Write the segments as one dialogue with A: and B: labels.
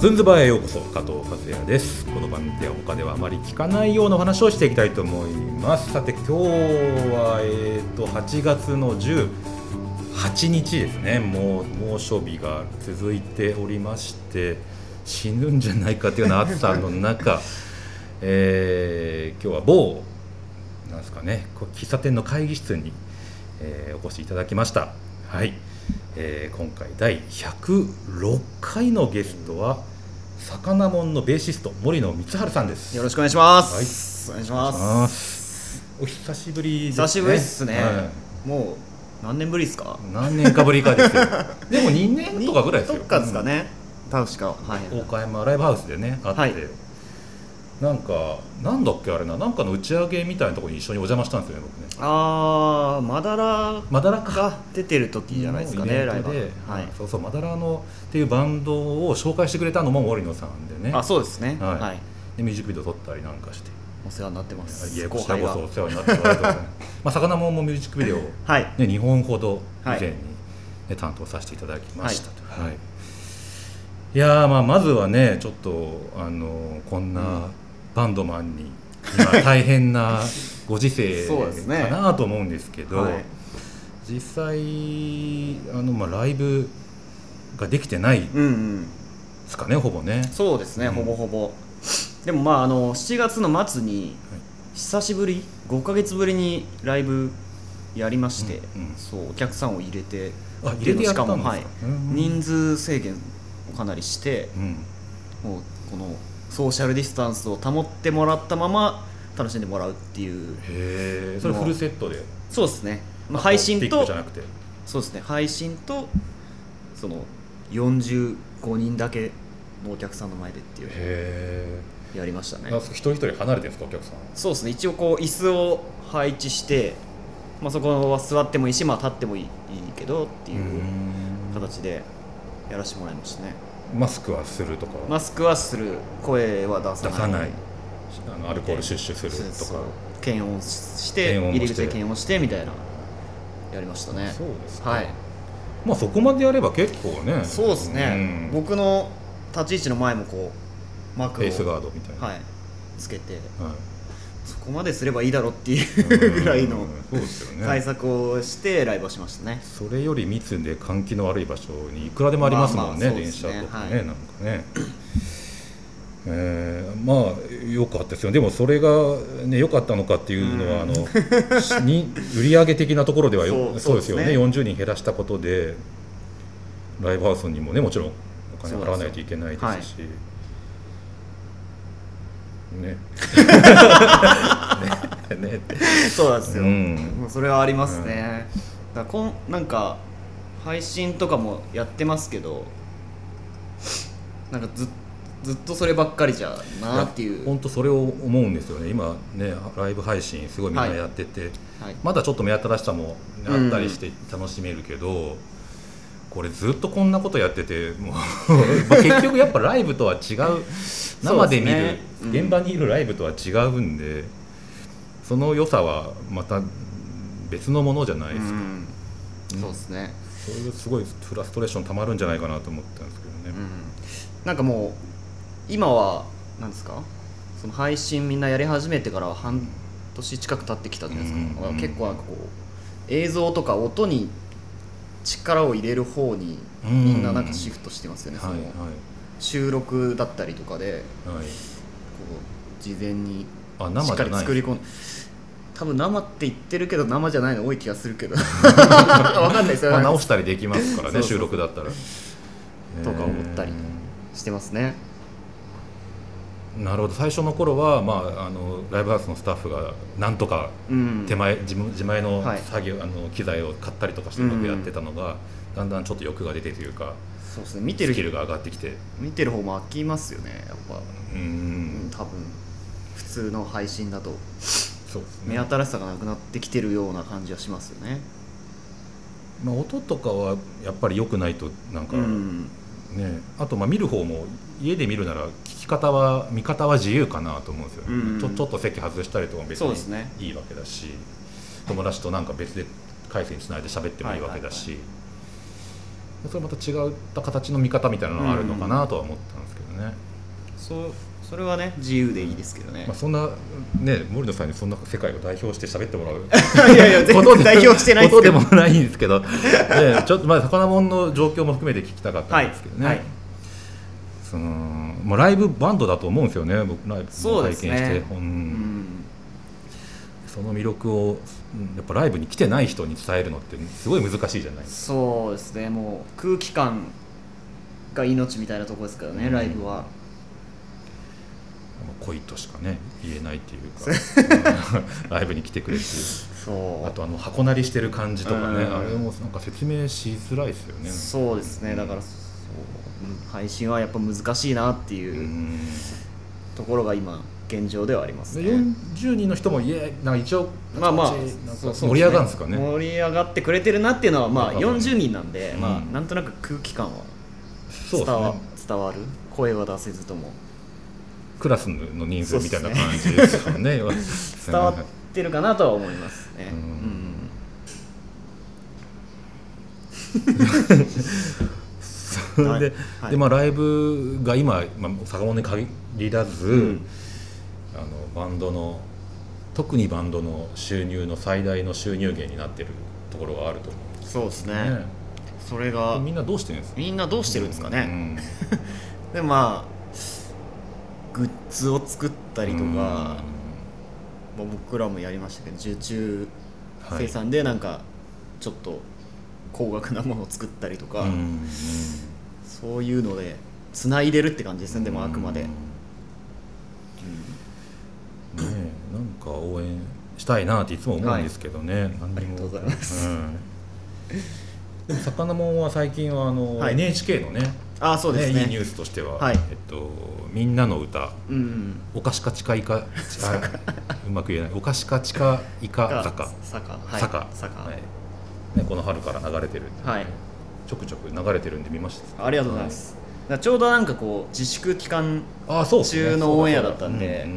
A: ズンズバーへようこそ加藤和也ですこの番組では他ではあまり聞かないようなお話をしていきたいと思いますさて今日はえっ、と8月の10 8日ですねもう猛暑日が続いておりまして死ぬんじゃないかというような暑さの中、えー今日は某なんですかねこう喫茶店の会議室に、えーお越しいただきましたはい、えー今回第106回のゲストはさかなモンのベーシスト森野光晴さんです
B: よろし
A: く
B: くお願いします。お願いし
A: お
B: ます。
A: お久しぶりですね
B: 久しぶりっすね。
A: はい
B: もう何年ぶりですか？
A: 何年かぶりかです よでも2年とかぐらいですよ
B: どっかですかね。確かはい。
A: 岡山ライブハウスでねあって、
B: はい
A: なんかなんだっけあれななんかの打ち上げみたいなところに一緒にお邪魔したんですよね僕ね
B: ああマダラ
A: まだらか
B: が出てる時じゃないですか
A: のイ
B: ね
A: ベン
B: ラ
A: ト
B: イブは
A: で
B: は
A: う
B: い
A: ん。そうそうまだらのっていうバンドを紹介してくれたのも森野さんでね
B: あそうですね。
A: はい
B: はい。
A: でミュージックビデオ撮ったりなんかして
B: お世話になってま
A: い
B: す。
A: や
B: 後
A: こちら
B: 輩
A: こ
B: が
A: そお世話になってます まあ魚もんもミュージックビデオを
B: はい。
A: ね、2本ほど以前に、ね
B: は
A: 担当させていただきましたと、はいい、やーまあまずはねちょっとあのこんなバンドマンに今 大変なご時世
B: そうですね
A: かなと思うんですけど
B: はい
A: 実際あの、まあ、ライブができてないで
B: うんうん。
A: すかねほぼね。
B: そうですね、
A: うん
B: ほぼほぼでもまああの7月の末に
A: はい
B: 久しぶり5ヶ月ぶりにライブやりまして、
A: うんうん
B: そうお客さんを入れて
A: あ入れてやったんですか
B: しかも、はい
A: うんうん
B: 人数制限をかなりして
A: うん
B: もうこのソーシャルディスタンスを保ってもらったまま楽しんでもらうっていう
A: へえそれフルセットで、
B: そうですね、まあ、
A: アコ
B: 配
A: ーステ
B: 信
A: ィック
B: と
A: じゃなくて
B: そうですね配信とその45人だけのお客さんの前でっていうの
A: へ
B: をやりましたね
A: え一人一人離れてるんですかお客さんは
B: そうですね一応こう椅子を配置して、まあ、そこは座ってもいいし、まあ、立ってもいいけどっていう形でやらせてもらいましたね
A: マスクはするとか、
B: マスクはする声は出さない
A: 出さない、あのアルコールシュッシュする
B: そう
A: と
B: そう
A: か、
B: 検温して
A: 検温もして
B: 入り口で検温してみたいなやりましたね
A: そうですか
B: はい
A: まあそこまでやれば結構ね、
B: そうですね、
A: うん
B: 僕の立ち位置の前もこう幕
A: フ
B: を
A: ェイスガードみたいな、
B: はいつけて
A: は
B: そこまですればいいだろうってい
A: い
B: う ぐらいの
A: うんそうですよね。
B: 対策をしてライブをしましたね
A: それより密で換気の悪い場所にいくらでもありますもんね、
B: まあまあ
A: 電車とかね、
B: そうですねはい
A: なんかね。えーまあよかったですよでもそれが、ね、良かったのかっていうのは、
B: う
A: あ
B: ん
A: のしに売上的なところではよ
B: そう
A: そうですよね
B: そうです
A: 40人減らしたことでライブハウスにもねもちろんお金
B: そう
A: 払
B: です
A: わないといけないですし。 ねねね
B: そうなんですよ、
A: うん
B: もうそれはありますね、だからこんなんか配信とかもやってますけどなんかずずっとそればっかりじゃなっていう
A: 本当それを思うんですよね今ねライブ配信すごいみんなやってて、
B: はい、
A: まだちょっと目新しさもね
B: うん
A: あったりして楽しめるけど、これずっとこんなことやっててもう まあ結局やっぱライブとは違う生で見る
B: そうですねうん
A: 現場にいるライブとは違うんでその良さはまた別のものじゃないうですか、
B: んそうですね、
A: それがすごいフラストレーションたまるんじゃないかなと思ったんですけどね、
B: うんなんかもう今はなんですかその配信みんなやり始めてからは半年近く経ってきたじゃないですか、
A: うんうんうん
B: 結構なんかこう映像とか音に力を入れる方にみんななんかシフトしてますよね、そ
A: はい
B: の
A: はい
B: 収録だったりとかで
A: はい
B: こう事前に
A: あ
B: しっ
A: 生じ
B: か
A: ゃ
B: り
A: ない
B: 作り込んで多分生って言ってるけど生じゃないの多い気がす るけど分かんないですよ
A: まあ、直
B: し
A: したりできますからね
B: そうそう
A: 収録だったら。
B: とか思ったり
A: え
B: てますね
A: ーなるほど最初の頃は、まあ、あのライブハウスのスタッフがなんとか
B: うん
A: 手前、自分自前の
B: はい
A: 作業、あの機材を買ったりとかしてうまくやってたのが、だんだんちょっと欲が出てというか
B: そうですね見て
A: スキル
B: る
A: が上がってきて
B: 見てる方も飽きますよねやっぱ、
A: う
B: うん
A: ん
B: 多分普通の配信だと
A: そうです
B: 目
A: ね、
B: 新しさがなくなってきてるような感じはしますよね
A: まあ、音とかはやっぱり良くないとなんか、
B: うん
A: ね、あとまあ見る方も家で見るなら聞き方は見方は自由かなと思うんですよ、ね
B: うん
A: ちょちょっと席外したりとかも別
B: そうですね
A: にいいわけだし、友達となんか別で回線つないで喋ってもいいわけだし、それまた違った形の見方みたいなのがあるのかなとは思ったんですけどね、
B: そうそれはね自由でいいですけどね
A: まあ、そんなね森野さんにそんな世界を代表して喋ってもらう
B: いやいや全
A: こと
B: 然
A: で
B: 代表してないです
A: こと
B: け
A: で
B: ど
A: もないんですけど、ね、ちょっとまあ魚もんの状況も含めて聞きたかったんですけどね、
B: はいはい
A: そのまあ、ライブバンドだと思うんですよね僕ライブ
B: そ
A: も
B: う
A: 拝見
B: で
A: し
B: す
A: て
B: ね
A: うん
B: うん
A: その魅力をうんやっぱライブに来てない人に伝えるのってすごい難しいじゃないです
B: そうですねもう空気感が命みたいなとこですからね、
A: うん
B: ライブは
A: か恋としかね言えないっていうかうん ライブに来てくれっていう
B: そう
A: あとあの箱なりしてる感じとかね
B: うん
A: あれもなんか説明しづらいですよね
B: そうですねだからそううん配信はやっぱ難しいなって
A: う
B: いうんところが今現状ではあります
A: で
B: ね、
A: 40人の人もいえなんか一応
B: まあまあ
A: なんか
B: そうそう
A: 盛り上がるんですかね
B: 盛り上がってくれてるなっていうのはまあ
A: まあまあ
B: 40人なんで、
A: うん
B: まあなんとなく空気感は
A: そうで
B: 伝
A: す
B: わ,、
A: ね
B: 伝わる声は出せずとも
A: クラスの人数みたいな感じですから ね
B: 伝わってるかなとは思いますね、
A: うん
B: うん
A: それで,、
B: はいはい
A: でまあ、ライブが今、まあ、坂本に限らず、
B: ん
A: あのバンドの特にバンドの収入の最大の収入源になってるところがあると思うんです
B: そうですね
A: よね
B: それが
A: みんなどうしてるんですか
B: みんなどうしてるんですかね、
A: うん
B: でまあグッズを作ったりとか、
A: うん
B: まあ僕らもやりましたけど受注
A: はい
B: 生産でなんかちょっと高額なものを作ったりとか、
A: うんうん
B: そういうので繋いでるって感じですねでもあくまで、
A: うんねえなんか応援したいなっていつも思うんですけどね、何
B: あ
A: に
B: り
A: も
B: がとうございます
A: うんでも「さかなもん」は最近はあの、
B: はい
A: NHK のね
B: ああそうですね
A: いいニュースとしては、
B: はい
A: えっと「みんなの歌
B: うんうん
A: お菓子か近いかあうまく言えないお菓子か近いか坂
B: 坂はい
A: 坂、
B: 坂
A: はいね、この春から流れてるんで、
B: はい
A: ちょくちょく流れてるんで見ました
B: ありがとうございます、だからちょうどなんかこう自粛期間
A: ああそうですね
B: 中のオンエアだったんで
A: うん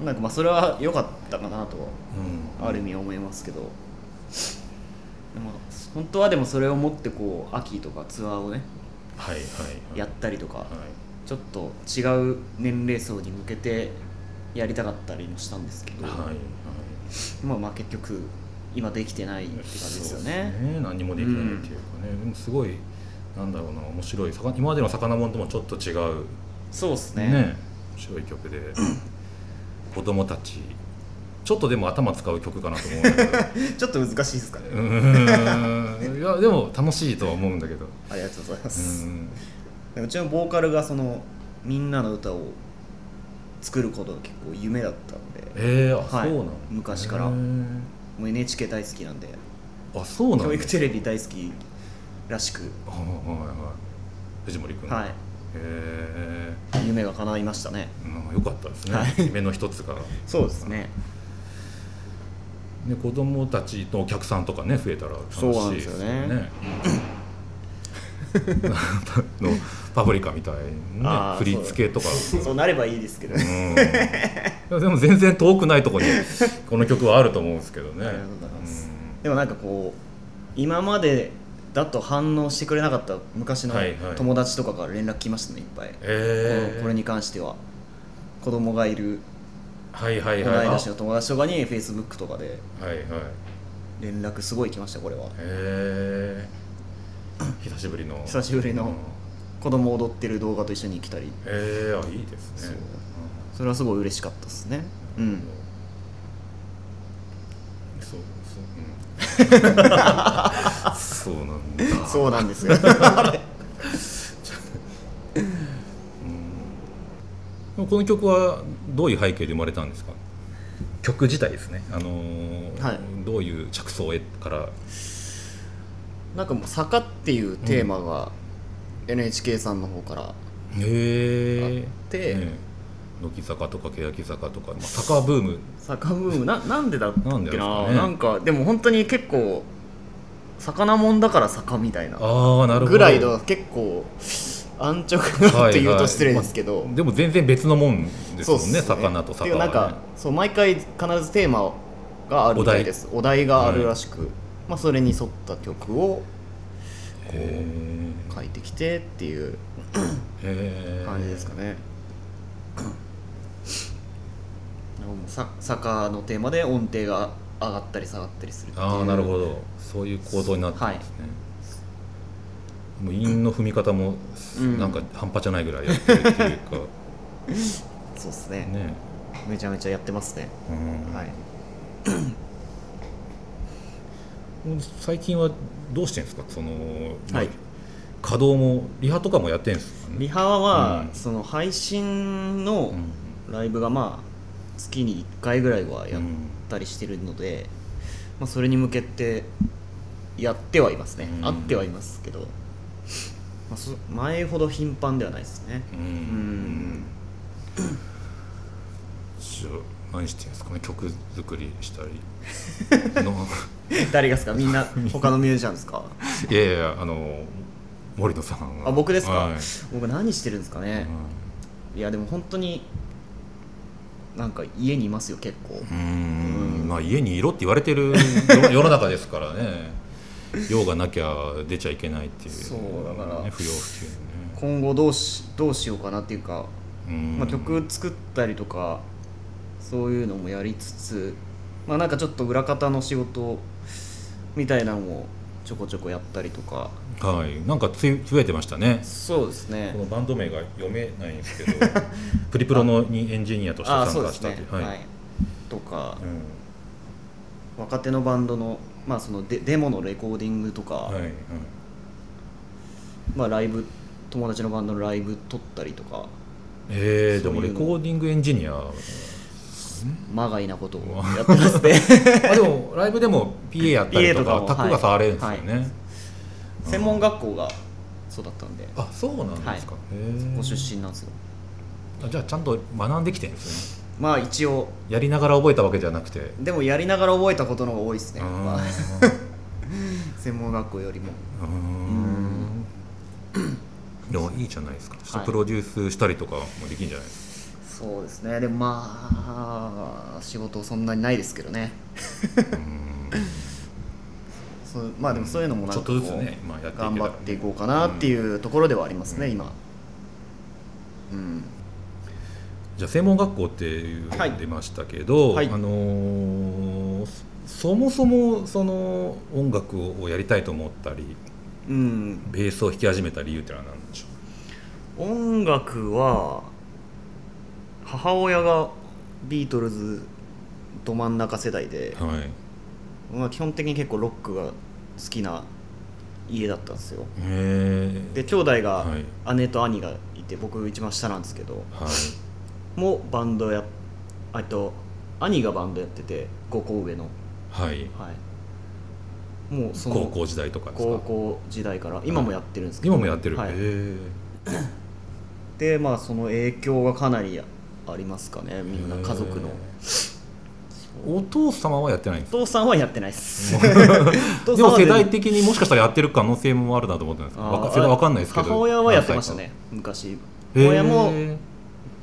A: うん
B: なんかまあそれは良かったかなと
A: うん
B: ある意味思いますけど、でも本当はでもそれを持ってこう秋とかツアーをね
A: はいはいはい
B: やったりとか、
A: はい
B: ちょっと違う年齢層に向けてやりたかったりもしたんですけど、
A: はいはい、
B: まあまあ結局今できてないって感じですよね
A: そうですね何もできないっていうかね、でもすごいなんだろうな面白い魚今までの魚もんともちょっと違う
B: そうですね
A: ね面白い曲で 子供たちちょっとでも頭使う曲かなと思うんだけど
B: ちょっと難しいですかね
A: うーんいや でも楽しいとは思うんだけど
B: ありがとうございま
A: う
B: す
A: ん
B: でもうちのボーカルがそのみんなの歌を作ることが結構夢だったんで
A: えー、あ、
B: はい
A: そうなの
B: 昔から
A: へー
B: もう NHK 大好きなんで
A: あそうなの
B: 教育テレビ大好きらしく
A: はいはいはい藤森君
B: は
A: へえ
B: い夢が叶いましたね
A: うんよかったですね、
B: はい
A: 夢の一つが
B: そうですね
A: ね、子供たちのお客さんとかね増えたら楽しい
B: そうなんですよね
A: ですよね のパプリカみたいにね
B: あー
A: 振り付けとか
B: そうなればいいですけど
A: う
B: ね
A: んいやでも全然遠くないところにこの曲はあると思うんですけどね
B: ありがとうございますでもなんかこう今までだと反応してくれなかった昔の
A: はいはい
B: 友達とかから連絡来ましたねいっぱい、
A: え
B: こ
A: ー、
B: のこれに関しては子供がいる
A: はいはい
B: 同
A: はいい
B: 年の友達とかに Facebook とかで
A: あはいはい
B: 連絡すごい来ましたこれは
A: えー、久しぶりの
B: 久しぶりの
A: うん
B: 子供踊ってる動画と一緒に来たり
A: えー、あいいです
B: そう
A: ね
B: それはすごい嬉しかったですねう
A: うん
B: ん
A: そうそう、 うん、そうなんだ
B: そうなん ですよ
A: うんこの曲はどういう背景で生まれたんですか曲自体ですね、あのー
B: はい
A: どういう着想へから
B: なんかもう坂っていうテーマが NHK さんの方から
A: へ
B: で
A: 乃木坂とか欅坂とか、まあ、坂ブーム
B: 坂ブームななんでだったっけ
A: な
B: ななんん
A: でですかね
B: かでも本当に結構魚もんだから坂みたいな
A: ああなるほど
B: ぐらいの結構安直なって言うと失礼ですけど、
A: でも全然別のもんです
B: そう
A: も
B: っ
A: ん
B: す
A: ね魚と
B: って
A: 坂
B: いう
A: は、ね、
B: なんかそう毎回必ずテーマがあるみたいですお題があるらしく、まあ、それに沿った曲をこう書いてきてっていう
A: え
B: 感じですか ね、なんかもうさ坂のテーマで音程が上がったり下がったりするっていう
A: ああなるほどそういう構造になってるんですね、もう韻の踏み方も
B: うん
A: なんか半端じゃないぐらいやってるっていう か、
B: そうですね
A: ね、
B: めちゃめちゃやってますね、
A: うん
B: はい
A: 最近はどうしてんですかその、
B: はい
A: 稼働もリハとかもやってんですかね
B: リハは、
A: うん
B: その配信の
A: うん
B: ライブがまあ月に1回ぐらいはやったりしてるので、まあ、それに向けてやってはいますね、
A: うん
B: あってはいますけど、まあ、そ前ほど頻繁ではないですね、
A: うん
B: ん
A: じゃあ何してんですかね曲作りしたり の
B: 誰がですかみん な他のミュージシャンですか
A: いやいやあの森野さんが
B: あ僕ですか、
A: はい
B: 僕何してるんですかね、いやでも本当になんか家にいますよ結構
A: うんうんまあ家にいろって言われてる 世世の中ですからね用がなきゃ出ちゃいけないっていう、
B: そうだから
A: ね、不要不急のね
B: 今後どうしどうしようかなっていうか、
A: うん
B: まあ、曲作ったりとかそういうのもやりつつまあなんかちょっと裏方の仕事みたいなのもちょこちょこやったりとか
A: はいなんかつい増えてましたね
B: そうですね
A: このバンド名が読めないんです けどプリプロのにエンジニアとして
B: ああ
A: 参
B: そうで
A: 加し
B: す
A: た
B: ね
A: という
B: はい、
A: はい
B: とか
A: うん
B: 若手のバンドのまあそのデデモのレコーディングとか、
A: はいはい
B: まあライブ友達のバンドのライブ撮ったりとか
A: えー、で
B: そういう
A: も
B: の
A: レコーディングエンジニアあ
B: まがいなことをやってますね
A: でもライブでも PA やったりと
B: PA と
A: か
B: かも
A: タックが触れるんですよね、
B: はい専門学校がそうだったんで
A: あそうなんですか、へー
B: ご出身なんですよ
A: あじゃあちゃんと学んできてるんですね
B: まあ一応
A: やりながら覚えたわけじゃなくて、
B: でもやりながら覚えたことの方が多いですね
A: あ
B: やっ
A: ー
B: ぱ 専門学校よりも
A: うーんでもいいじゃないですか、
B: はい
A: プロデュースしたりとかもできるんじゃないです
B: そうですねでもまあ仕事そんなにないですけどね
A: か、うーん
B: そうまあでもそういうのもなんかこう
A: ちょっとずつねまあやっていけたら
B: 頑張っていこうかなっていうところではありますね、今うん
A: じゃあ専門学校っていう
B: はい
A: の出ましたけど、
B: はい
A: あのーそそもそもその音楽をやりたいと思ったり
B: うん
A: ベースを弾き始めた理由ってのは何でしょ
B: 音楽は母親がビートルズど真ん中世代で、
A: う、はい
B: まあ、基本的に結構ロックが好きな家だったんですよ
A: へえ
B: で兄弟が、
A: は
B: 姉と兄がいて僕一番下なんですけど
A: はい
B: もうバンドやあと兄がバンドやってて5個上の
A: はい
B: はいもうその
A: 高校時代とかですか
B: 高校時代から今もやってるんですけど、
A: 今もやってる、
B: はい
A: へえ
B: でまあその影響がかなりありますかねみんな家族の
A: へえお父様はやってないんです
B: 父さんはやってないです
A: で
B: 父さん
A: も
B: は
A: 世
B: 全然
A: 代的にもしかしたらやってる可能性もあるなと思ってたんですけどわ
B: あ
A: か
B: ー
A: 世代わかんないですけど
B: 母親はやってましたね昔
A: 何歳
B: 母
A: かへ
B: 親
A: え
B: も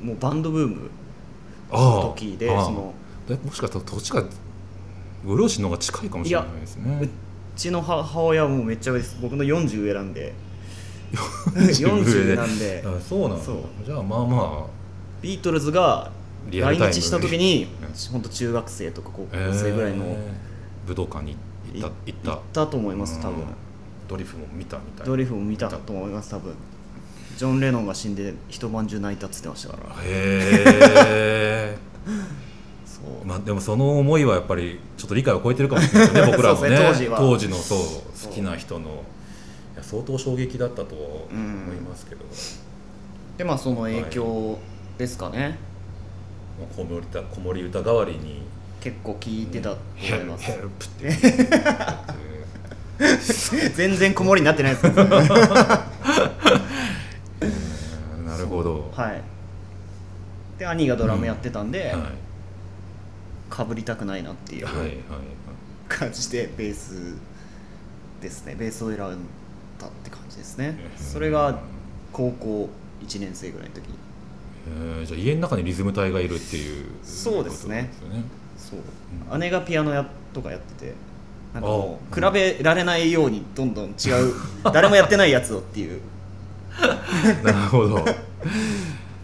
B: もうバンドブーム
A: ああ
B: 時で
A: ああ
B: その
A: えもしかしたら年がご両親の方が近いかもしれないですね
B: うちの母親はもうめっちゃ上です僕の40上なんで
A: 40
B: 40なんで
A: あそうなんだ
B: そう
A: じゃあまあま
B: ビートルズが
A: リアル
B: 来
A: タイムで
B: 日した時に
A: う
B: 本当中学生とか高校
A: あ、えー
B: 生ぐらいの
A: 武道館に行った
B: い
A: 行った
B: 行ったと思います多分
A: うんドリフも見たみたいな
B: ドリフを見たと思います多分ジョン・レノンが死んで一晩中泣いたっつってましたから
A: へえ
B: そう
A: まあでもその思いはやっぱりちょっと理解を超えてるかもしれないです ね僕らもね
B: そうですね当時は
A: のそう好きな人のいや相当衝撃だったと思いますけど、
B: でまあその影響ですかね、
A: まあ子守歌子守歌代わりに
B: 結構聞いてたと
A: ヘ
B: 思い
A: ル
B: ます、
A: ヘルプって いうのをやって
B: 全然こもりになってないですけど、ね、
A: うんなるほど。
B: はいで兄がドラムやってたんで、
A: はい。
B: かぶりたくないなっていう
A: はいはい。
B: 感じでベースですねベースを選んだって感じですねそれが高校1年生ぐらいの時
A: えーじゃあ家の中にリズム隊がいるっていう
B: そうですね
A: ことなんですよね
B: そうう姉がピアノやとかやっててなんかもう比べられないようにどんどん違う誰もやってないやつをっていう
A: なるほど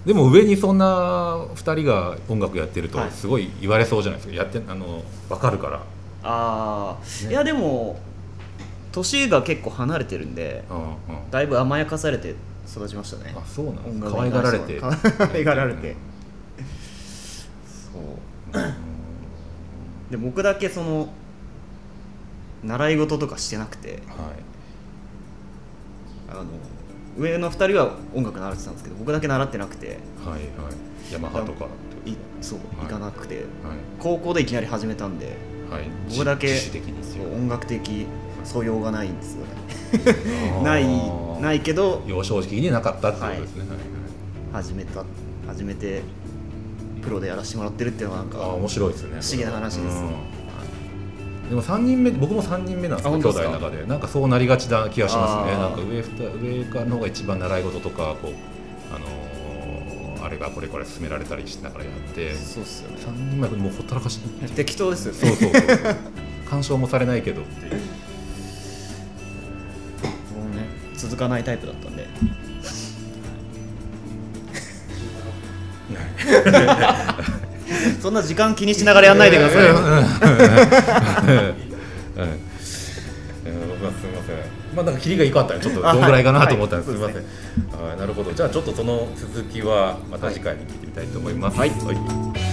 A: でも上にそんな2人が音楽やってると
B: はい
A: すごい言われそうじゃないですか、やってあの分かるから
B: ああ、
A: ね
B: いやでも年が結構離れてるんで
A: うんうん
B: だいぶ甘やかされて育ちましたね
A: あそうなんです
B: 音楽
A: 可愛
B: に
A: が
B: 関
A: ら
B: し
A: れて
B: ては 可愛がられて、
A: うん
B: そう
A: うん
B: で僕だけその習い事とかしてなくて
A: はい
B: あの上の2人は音楽習ってたんですけど僕だけ習ってなくて
A: はいはいヤマハとか
B: いそう
A: はい
B: 行かなくて、
A: は
B: 高校でいきなり始めたんで
A: いはい
B: 僕だけ
A: 自主的にです
B: そ
A: よ
B: う音楽的素養がないんですよね
A: あー
B: ないないけど
A: 幼少期になかったってことですね、はい
B: 始めた始めてプロでやらせてもらってるっていうのはなんか
A: はいあー面白いですね
B: 不思議な話です
A: うんでも三人目僕も3人目なんです
B: あ
A: よ
B: 本
A: 兄
B: 当です
A: 弟
B: か
A: の中でなんかそうなりがちな気がしますね
B: あー
A: なんか上二上からの方が一番習い事とかこう、あのーあれがこれこれ勧められたりしながらやって
B: そうっすよね
A: 3人目はもうほったらかし
B: 適当ですよ
A: そう
B: ね
A: そうそうそう干渉もされないけどっていう
B: もうね続かないタイプだったんで そんな時間気にしながらやんないでくださいよ
A: うん うんうんまあすみません。まあなんか切りが良かったんでちょっとど
B: あ
A: の
B: はい
A: ぐらいかなと思ったんです。
B: はい
A: すみません。はいなるほど。じゃあちょっとその続きはまた次回に聞いてみたいと思います。はい